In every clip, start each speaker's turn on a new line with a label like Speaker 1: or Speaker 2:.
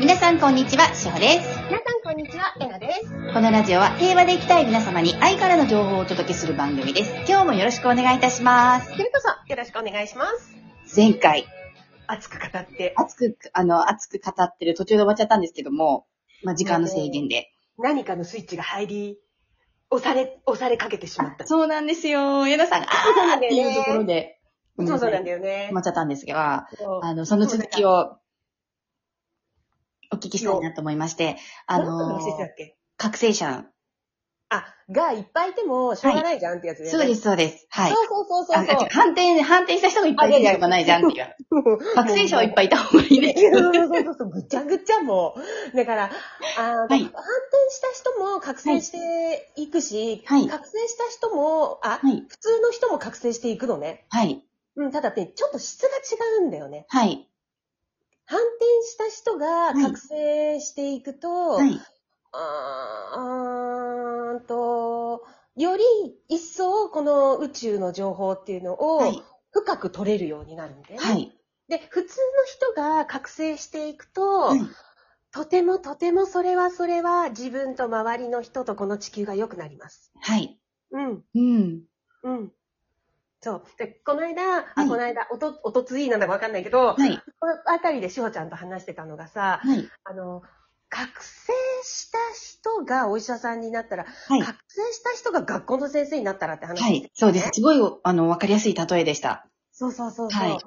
Speaker 1: 皆さんこんにちは、しほです。
Speaker 2: 皆さんこんにちは、えなです。
Speaker 1: このラジオは平和で生きたい皆様に愛からの情報をお届けする番組です。今日もよろしくお願いいたします。
Speaker 2: それこそよろしくお願いします。
Speaker 1: 前回、
Speaker 2: 熱く語って、
Speaker 1: 熱く、あの、熱く語ってる途中で終わっちゃったんですけども、まあ、時間の制限で。
Speaker 2: 何かのスイッチが入り、押され、押されかけてしまった。
Speaker 1: そうなんですよ。矢田さんが、あ
Speaker 2: そうなん
Speaker 1: ー
Speaker 2: だ
Speaker 1: っていうところ
Speaker 2: よね。
Speaker 1: で、ごめ
Speaker 2: そう
Speaker 1: な
Speaker 2: そ
Speaker 1: さ
Speaker 2: うなん
Speaker 1: い
Speaker 2: だよね
Speaker 1: 止。まっちゃったんですが、
Speaker 2: そう
Speaker 1: あの、その続きを、お聞きしたいなと思いまして、あの
Speaker 2: 何話してた、っけ
Speaker 1: 覚醒者。
Speaker 2: あ、がいっぱいいてもしょうがないじゃんってやつだよね。
Speaker 1: そうです、そうです。はい。
Speaker 2: そうそうそうそう
Speaker 1: あ反転、反転した人がいっぱいいるじゃないじゃんっていう。覚醒者はいっぱいいた方がいいね。
Speaker 2: そうそうそうそう、ぐちゃぐちゃもう。だから、あー
Speaker 1: はい
Speaker 2: 反転した人も覚醒していくし、
Speaker 1: はい
Speaker 2: 覚醒した人も、あ、
Speaker 1: はい。
Speaker 2: 普通の人も覚醒していくのね。
Speaker 1: はい。
Speaker 2: うん、ただって、ちょっと質が違うんだよね。
Speaker 1: はい。
Speaker 2: 反転した人が
Speaker 1: はい
Speaker 2: 覚醒していくと、
Speaker 1: はい。
Speaker 2: あーうーんと、より一層この宇宙の情報っていうの
Speaker 1: は
Speaker 2: を
Speaker 1: い。
Speaker 2: 深く取れるようになるんで、ね
Speaker 1: はい。
Speaker 2: で、普通の人が覚醒していくと、
Speaker 1: はい
Speaker 2: とてもとてもそれはそれは自分と周りの人とこの地球が良くなります。
Speaker 1: はい。
Speaker 2: うん。
Speaker 1: うん。
Speaker 2: うん。そう。で、この間、あ
Speaker 1: はい
Speaker 2: この間、おと、おとついなんだかわかんないけ
Speaker 1: は
Speaker 2: ど、
Speaker 1: い。
Speaker 2: このあたりでしほちゃんと話してたのがさ、
Speaker 1: はい。
Speaker 2: あの、覚醒した人がお医者さんになったら、
Speaker 1: はい。
Speaker 2: 覚醒した人が学校の先生になったらって話
Speaker 1: は
Speaker 2: してた、
Speaker 1: い。そうです。。すごい、あの、わかりやすい例えでした。
Speaker 2: そうそうそうそう。
Speaker 1: はい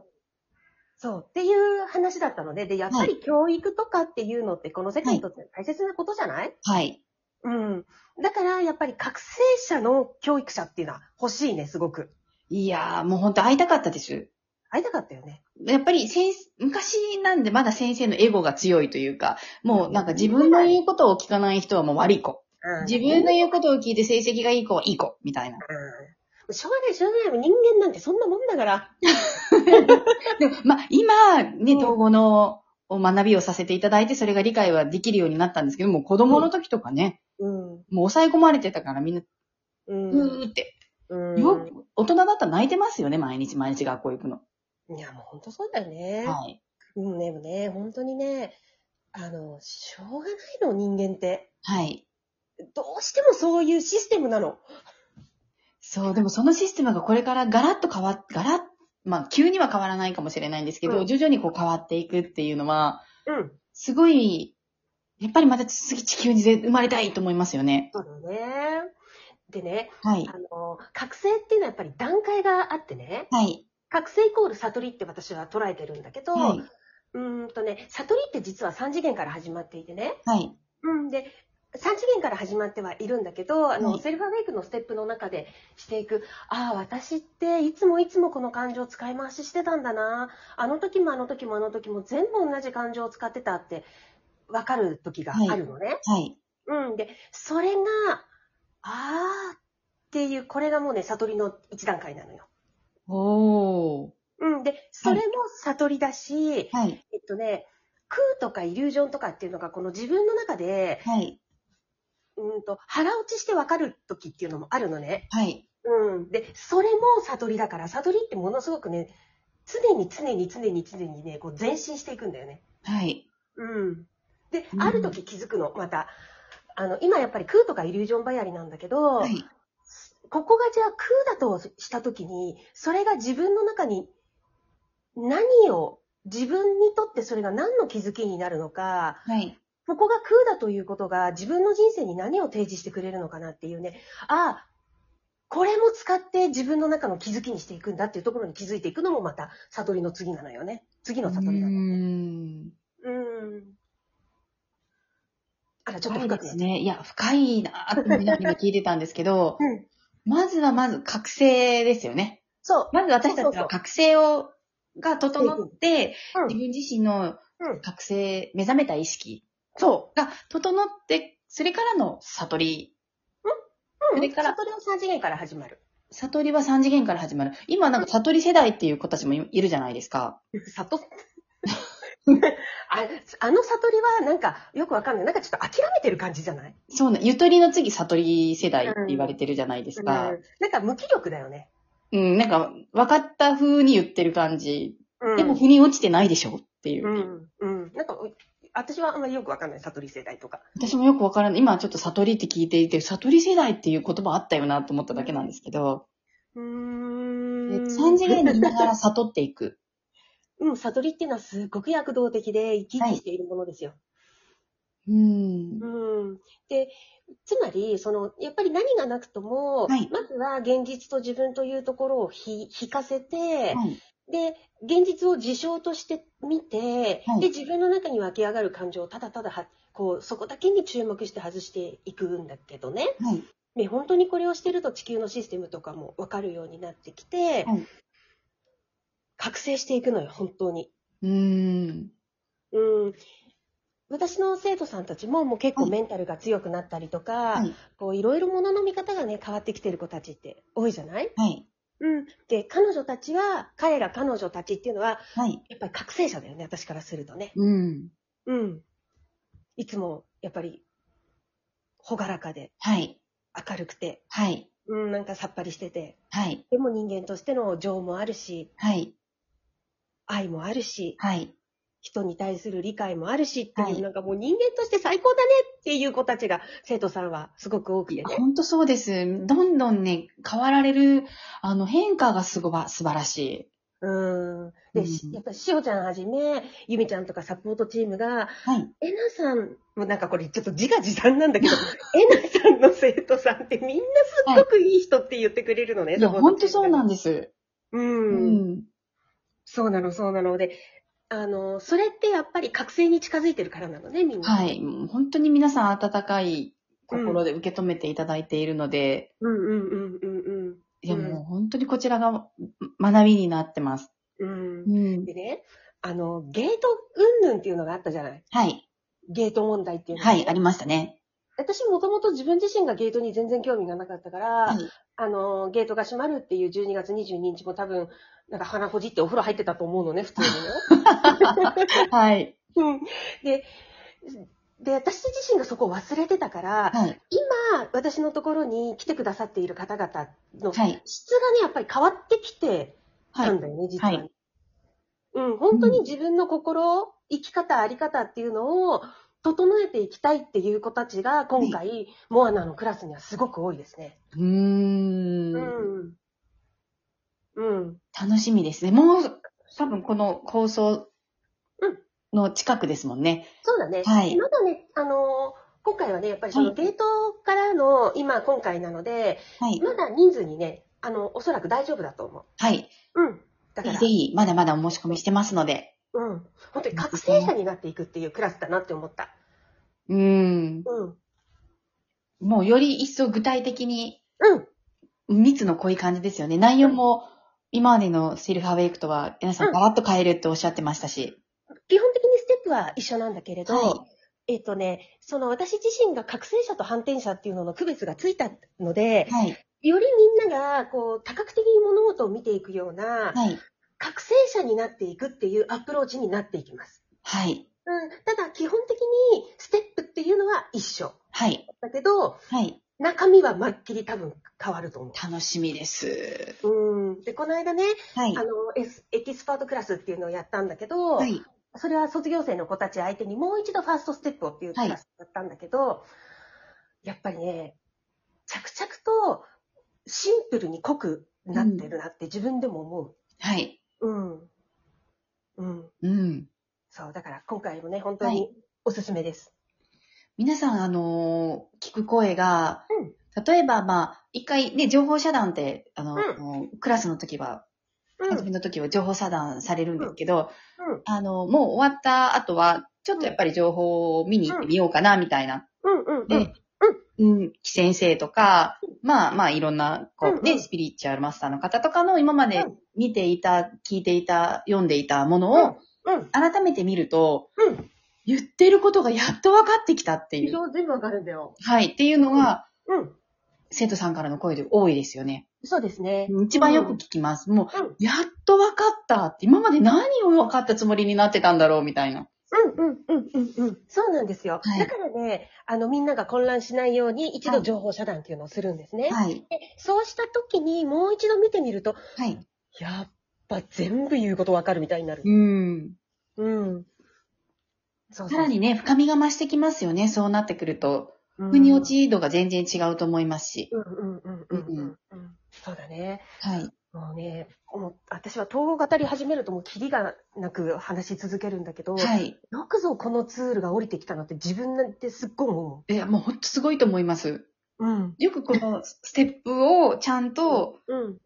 Speaker 2: そう。っていう話だったので、で、やっぱり教育とかっていうのって、この世界にとって大切なことじゃない、
Speaker 1: はい。
Speaker 2: うん。だから、やっぱり覚醒者の教育者っていうのは欲しいね、すごく。
Speaker 1: いやー、もう本当会いたかったです。
Speaker 2: 会いたかったよね。
Speaker 1: やっぱり先生、昔なんでまだ先生のエゴが強いというか、もうなんか自分の言うことを聞かない人はもう悪い子。
Speaker 2: うん
Speaker 1: 自分の言うことを聞いて成績がいい子はいい子、みたいな。
Speaker 2: うんしょうがない、しょうがない。人間なんてそんなもんだから。
Speaker 1: でも、まあ、今、ね、
Speaker 2: うん
Speaker 1: 統合のを学びをさせていただいて、それが理解はできるようになったんですけども、子供の時とかね、
Speaker 2: うん。
Speaker 1: もう抑え込まれてたからみんな、
Speaker 2: うん。
Speaker 1: うーって、
Speaker 2: うん。
Speaker 1: よく、大人だったら泣いてますよね、毎日毎日学校行くの。
Speaker 2: いや、もう本当そうだよね。
Speaker 1: はい。
Speaker 2: うん、でもね、本当にね、あの、しょうがないの、人間って。
Speaker 1: はい。
Speaker 2: どうしてもそういうシステムなの。
Speaker 1: そう、でもそのシステムがこれからガラッと変わっ、ガラッ、まあ、急には変わらないかもしれないんですけど、
Speaker 2: うん
Speaker 1: 徐々にこう変わっていくっていうのは、
Speaker 2: うん。
Speaker 1: すごい、やっぱりまた次地球にぜ生まれたいと思いますよね。
Speaker 2: そうだね。でね、
Speaker 1: はい
Speaker 2: あ。の、覚醒っていうのはやっぱり段階があってね、
Speaker 1: はい。
Speaker 2: 覚醒イコール悟りって私は捉えてるんだけど、
Speaker 1: はい。
Speaker 2: うーんとね、悟りって実は3次元から始まっていてね、
Speaker 1: はい。
Speaker 2: うん、で3次元から始まってはいるんだけどあの、
Speaker 1: はい
Speaker 2: セルフアウェイクのステップの中でしていくああ私っていつもいつもこの感情を使い回ししてたんだなあの時もあの時もあの時も全部同じ感情を使ってたって分かる時があるのね。
Speaker 1: はい。
Speaker 2: うん、でそれがああっていうこれがもうね悟りの一段階なのよ。
Speaker 1: おー。
Speaker 2: うん、でそれも悟りだし、
Speaker 1: はい。
Speaker 2: えっとね空とかイリュージョンとかっていうのがこの自分の中で
Speaker 1: はい。
Speaker 2: うんと、腹落ちして分かる時っていうのもあるのね。
Speaker 1: はい。
Speaker 2: うん。で、それも悟りだから、悟りってものすごくね、常に常に常に常にね、こう前進していくんだよね。
Speaker 1: はい。
Speaker 2: うん。で
Speaker 1: う、ん
Speaker 2: ある時気づくの、また。あの、今やっぱり空とかイリュージョンばやりなんだけど、
Speaker 1: はい。
Speaker 2: ここがじゃあ空だとした時に、それが自分の中に何を、自分にとってそれが何の気づきになるのか、
Speaker 1: はい。
Speaker 2: ここが空だということが自分の人生に何を提示してくれるのかなっていうね、ああ、これも使って自分の中の気づきにしていくんだっていうところに気づいていくのもまた悟りの次なのよね。次の悟りなの。
Speaker 1: ん。
Speaker 2: うん。あら、ちょっと
Speaker 1: 深いで
Speaker 2: 深くなっ
Speaker 1: す
Speaker 2: ちゃっ
Speaker 1: ね。いや、深いなーってみんなに聞いてたんですけど
Speaker 2: た。、 うん。
Speaker 1: まずはまず覚醒ですよね。
Speaker 2: そう。
Speaker 1: まず私た
Speaker 2: そう
Speaker 1: ち
Speaker 2: そうそ
Speaker 1: は
Speaker 2: う
Speaker 1: 覚醒を、が整って、
Speaker 2: うん
Speaker 1: 自分自身の
Speaker 2: うん
Speaker 1: 覚醒、目覚めた意識
Speaker 2: そ
Speaker 1: が整って、それからの悟り。
Speaker 2: う。うん。
Speaker 1: それから
Speaker 2: 悟りの3次元から始まる。
Speaker 1: 悟りは3次元から始まる。今なんか悟り世代っていう子たちもいいるじゃないですか。
Speaker 2: 悟ああの悟りはなんかよくわかんない。なんかちょっと諦めてる感じじゃない
Speaker 1: そうね。ゆとりの次悟り世代って言われてるじゃないです
Speaker 2: うん。
Speaker 1: か。
Speaker 2: なんか無気力だよね。
Speaker 1: うん、なんか、分かった風に言ってる感じ。
Speaker 2: うん
Speaker 1: でも、腑に落ちてないでしょっていう。
Speaker 2: うん、うん。なんか、お私はあんまりよくわかんない、悟り世代とか。
Speaker 1: 私もよくわからない。今ちょっと悟りって聞いていて、悟り世代っていう言葉あったよなと思っただけなんですけど、
Speaker 2: うー
Speaker 1: で
Speaker 2: ん。
Speaker 1: 3次元にいながら悟っていく。
Speaker 2: うん、悟りっていうのはすごく躍動的で生き生きしているものですよ。
Speaker 1: うん。
Speaker 2: うん。で、つまり、その、やっぱり何がなくとも、
Speaker 1: はい
Speaker 2: まずは現実と自分というところをひ引かせて、
Speaker 1: はい
Speaker 2: で、現実を事象として見て、
Speaker 1: はい
Speaker 2: で、自分の中に湧き上がる感情をただただは、こう、そこだけに注目して外していくんだけどね。
Speaker 1: はい。
Speaker 2: ね、本当にこれをしてると地球のシステムとかも分かるようになってきて、
Speaker 1: はい
Speaker 2: 覚醒していくのよ、本当に。
Speaker 1: うん。
Speaker 2: うん。私の生徒さんたちももう結構メンタルが強くなったりとか、
Speaker 1: はい。
Speaker 2: こういろいろものの見方がね、変わってきてる子たちって多いじゃない
Speaker 1: はい。
Speaker 2: うん。で、彼女たちは、彼ら彼女たちっていうのは、
Speaker 1: はい。
Speaker 2: やっぱり覚醒者だよね、私からするとね。
Speaker 1: うん。
Speaker 2: うん。いつも、やっぱり、ほがらかで、
Speaker 1: はい。
Speaker 2: 明るくて、
Speaker 1: はい。
Speaker 2: うん、なんかさっぱりしてて、
Speaker 1: はい。
Speaker 2: でも人間としての情もあるし、
Speaker 1: はい。
Speaker 2: 愛もあるし、
Speaker 1: はい。
Speaker 2: 人に対する理解もあるしっていう、
Speaker 1: はい
Speaker 2: なんかもう人間として最高だねっていう子たちが、生徒さんはすごく多くてね。
Speaker 1: 本当そうです。どんどんね、変わられる、あの、変化がすごば、素晴らしい。
Speaker 2: うん。で、
Speaker 1: うん
Speaker 2: しやっぱりしおちゃんはじめ、ゆみちゃんとかサポートチームが、
Speaker 1: はい。
Speaker 2: えなさん、もうなんかこれちょっと自画自賛なん だけど、えなさんの生徒さんってみんなすっごくいい人って言ってくれるのね。
Speaker 1: いや、本当そうなんんです。う
Speaker 2: うん。
Speaker 1: ん。
Speaker 2: そうなの、そうなの。で、あの、それってやっぱり覚醒に近づいてるからなのね、みんな。
Speaker 1: はい。もう本当に皆さん温かい心で受け止めていただいているので、
Speaker 2: うんうんうんうん
Speaker 1: いや、
Speaker 2: うん
Speaker 1: もう本当にこちらが学びになってます。
Speaker 2: うん。
Speaker 1: う
Speaker 2: うんん。。でね、あの、ゲート云々っていうのがあったじゃない
Speaker 1: はい。
Speaker 2: ゲート問題っていうのが
Speaker 1: は
Speaker 2: ね
Speaker 1: い、ありましたね。
Speaker 2: 私もともと自分自身がゲートに全然興味がなかったから、
Speaker 1: はい
Speaker 2: あの、ゲートが閉まるっていう12月22日も多分、なんか鼻ほじってお風呂入ってたと思うのね、普 通
Speaker 1: はい。
Speaker 2: にね。うんで、で、私自身がそこを忘れてたから、
Speaker 1: はい。
Speaker 2: 今、私のところに来てくださっている方々の
Speaker 1: はい。
Speaker 2: 質がね、やっぱり変わってきて
Speaker 1: は
Speaker 2: たん
Speaker 1: い。
Speaker 2: だよね、実はね、
Speaker 1: は
Speaker 2: うん、本当に自分の心、生き方、あり方っていうのを整えていきたいっていう子たちが、今回、モアナのクラスにはすごく多いですね。
Speaker 1: うーん。
Speaker 2: うん。うん。
Speaker 1: 楽しみですね。もう、多分この放送
Speaker 2: うん
Speaker 1: の近くですもんね。
Speaker 2: そうだね。
Speaker 1: はい
Speaker 2: まだね、あのー今回はね、やっぱりそ
Speaker 1: は
Speaker 2: の
Speaker 1: い
Speaker 2: ゲートからの、今今回なので、
Speaker 1: はい。
Speaker 2: まだ人数にね、あの、おそらく大丈夫だと思
Speaker 1: はい。
Speaker 2: う。うん。だ
Speaker 1: ぜ
Speaker 2: か
Speaker 1: ひ
Speaker 2: ら
Speaker 1: ぜ、ひ、まだまだお申し込みしてますので。
Speaker 2: うん。本当に覚醒者になっていくっていうクラスだなって思った。
Speaker 1: うーん。
Speaker 2: うん。
Speaker 1: もうより一層具体的に、
Speaker 2: うん。
Speaker 1: 密の濃い感じですよね。内容も、今までのセルフアウェイクとは、皆さ
Speaker 2: うんん
Speaker 1: ガラッと変えるっておっしゃってましたし。
Speaker 2: 基本的にステップは一緒なんだけれど、
Speaker 1: は
Speaker 2: えっ、とね、その私自身が覚醒者と反転者っていうのの区別がついたので、
Speaker 1: はい。
Speaker 2: よりみんなが、こう、多角的に物事を見ていくような、
Speaker 1: はい。
Speaker 2: 覚醒者になっていくっていうアプローチになっていきます。
Speaker 1: はい。
Speaker 2: うん、ただ基本的にステップっていうのは一緒。
Speaker 1: はい。
Speaker 2: だけど、
Speaker 1: はい。
Speaker 2: 中身はまっきり多分変わると思
Speaker 1: 楽しみです。
Speaker 2: う。うん。で、この間ね、
Speaker 1: はい
Speaker 2: あ。の、エスエキスパートクラスっていうのをやったんだけど、
Speaker 1: はい。
Speaker 2: それは卒業生の子たち相手にもう一度ファーストステップをっていうクラスだったんだけど、やっぱりね、着々とシンプルに濃くなってるなって自分でも思
Speaker 1: はい。
Speaker 2: う。うん。うん。
Speaker 1: うん。
Speaker 2: そう、だから今回もね、本当におすすめです。
Speaker 1: 皆さん、あのー聞く声が、
Speaker 2: うん
Speaker 1: 例えば、まあ、一回ね、情報遮断って、あの、クラスの時は、
Speaker 2: うん
Speaker 1: 初めの時は情報遮断されるんですけど、
Speaker 2: うんうん
Speaker 1: あの、もう終わった後は、ちょっとやっぱり情報を見に行ってみようかな、みたいな。
Speaker 2: うんうんうん。
Speaker 1: で、うん、木先生とか、まあまあいろんな、こ
Speaker 2: うんう
Speaker 1: う、
Speaker 2: ん
Speaker 1: ね、スピリチュアルマスターの方とかの今まで
Speaker 2: うん
Speaker 1: 見ていた、聞いていた、読んでいたものを、
Speaker 2: うん。
Speaker 1: 改めて見ると、
Speaker 2: うん。
Speaker 1: 言ってることがやっと分かってきたってい
Speaker 2: 非
Speaker 1: う。
Speaker 2: 常全部わかるんだよ。
Speaker 1: はい、っていうのが、
Speaker 2: うん。
Speaker 1: 生徒さんからの声で多いですよね。
Speaker 2: そうですね。
Speaker 1: 一番よく聞きます。も
Speaker 2: うん
Speaker 1: う、やっと分かったって、今まで何を分かったつもりになってたんだろうみたいな。
Speaker 2: うんうんうんうんうん。そうなんですよ。
Speaker 1: はい
Speaker 2: だからね、あの、みんなが混乱しないように一
Speaker 1: は
Speaker 2: 度
Speaker 1: い
Speaker 2: 情報遮断っていうのをするんですね。
Speaker 1: はい。
Speaker 2: そうした時にもう一度見てみると、
Speaker 1: はい。
Speaker 2: やっぱ全部言うことわかるみたいになる。
Speaker 1: うん。
Speaker 2: うん。そうそう
Speaker 1: さらにね、深みが増してきますよね、そうなってくると。腑に落ち度が全然違うと思いますし。
Speaker 2: うんうんうんうんうんうん。そうだね。
Speaker 1: はい。
Speaker 2: もうね、もう私は統合語り始めるともうキリがなく話し続けるんだけど、
Speaker 1: はい。
Speaker 2: よくぞこのツールが降りてきたなって自分なんてすっごい思
Speaker 1: いや、もうほんとすごいと思います。
Speaker 2: う。うん。
Speaker 1: よくこのステップをちゃんと、
Speaker 2: うん。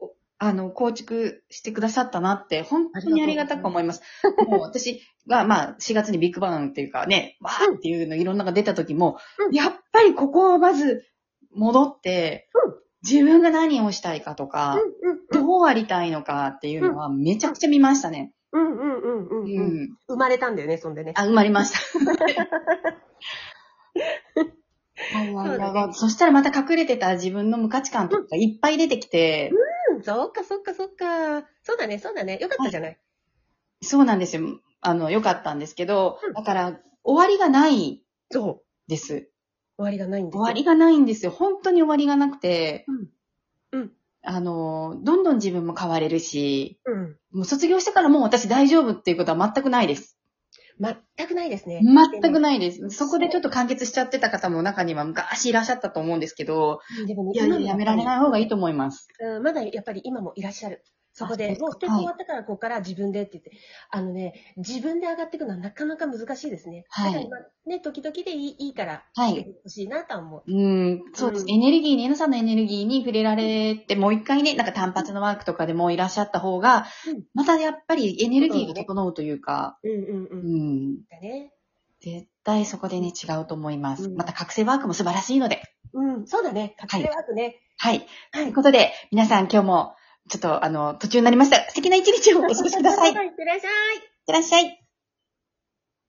Speaker 1: あの、構築してくださったなって、本当にありがたく思います。もう私は、まあ、4月にビッグバンっていうか ね、わーっていうのいろんなのが出た時も、
Speaker 2: うん
Speaker 1: やっぱりここをまず戻って、
Speaker 2: うん
Speaker 1: 自分が何をしたいかとか、
Speaker 2: う
Speaker 1: どうありたいのかっていうのはめちゃくちゃ見ましたね。
Speaker 2: んうんうんうん
Speaker 1: う
Speaker 2: うんうん。
Speaker 1: ん。
Speaker 2: 生まれたんだよね、そんでね。
Speaker 1: あ、埋まりました。はいはいはいそしたらまた隠れてた自分の無価値観とかいっぱい出てきて、
Speaker 2: うん、そっかそっかそっか。そうだね、そうだね。よかったじゃない。
Speaker 1: そうなんですよ。あの、良かったんですけど
Speaker 2: うん、
Speaker 1: だから、終わりがない
Speaker 2: そう。終
Speaker 1: です。
Speaker 2: わりがないんです
Speaker 1: 終
Speaker 2: よ
Speaker 1: わりがないんですよ。本当に終わりがなくて、
Speaker 2: うんうん
Speaker 1: あの、どんどん自分も変われるし、
Speaker 2: うん。
Speaker 1: もう卒業してからもう私大丈夫っていうことは全くないです。
Speaker 2: 全くないですね。
Speaker 1: 全く
Speaker 2: い。
Speaker 1: ないです。そこでちょっと完結しちゃってた方も中には昔いらっしゃったと思うんですけど、
Speaker 2: でもね
Speaker 1: いやいや、やめられ
Speaker 2: い。
Speaker 1: ない方がいいと思います。
Speaker 2: うんまだやっぱり今もいらっしゃる。そこ
Speaker 1: あそう
Speaker 2: で、
Speaker 1: ですか
Speaker 2: もうステップ終わったから、ここから自分でって言って、あのね、自分で上がっていくのはなかなか難しいですね。
Speaker 1: はい
Speaker 2: だから今ね、時々でいいいいから、
Speaker 1: はい。
Speaker 2: 欲しいなとは思う。
Speaker 1: うん、そうです。
Speaker 2: うん
Speaker 1: エネルギーに、皆さんのエネルギーに触れられて、もう一回ね、なんか単発のワークとかでもいらっしゃった方が
Speaker 2: うん、
Speaker 1: またやっぱりエネルギーが整うというか、
Speaker 2: うんうんう。
Speaker 1: うんん、
Speaker 2: だね。
Speaker 1: 絶対そこでね、違うと思います。
Speaker 2: うん
Speaker 1: また覚醒ワークも素晴らしいので。
Speaker 2: うん、そうだね。確定ワークね。
Speaker 1: はい。と
Speaker 2: はい
Speaker 1: いうことで、皆さん今日 も、ちょっとあの、途中になりました。素敵な一日をお過ごしください。いっ
Speaker 2: いってらっしゃい。
Speaker 1: てらっしゃい。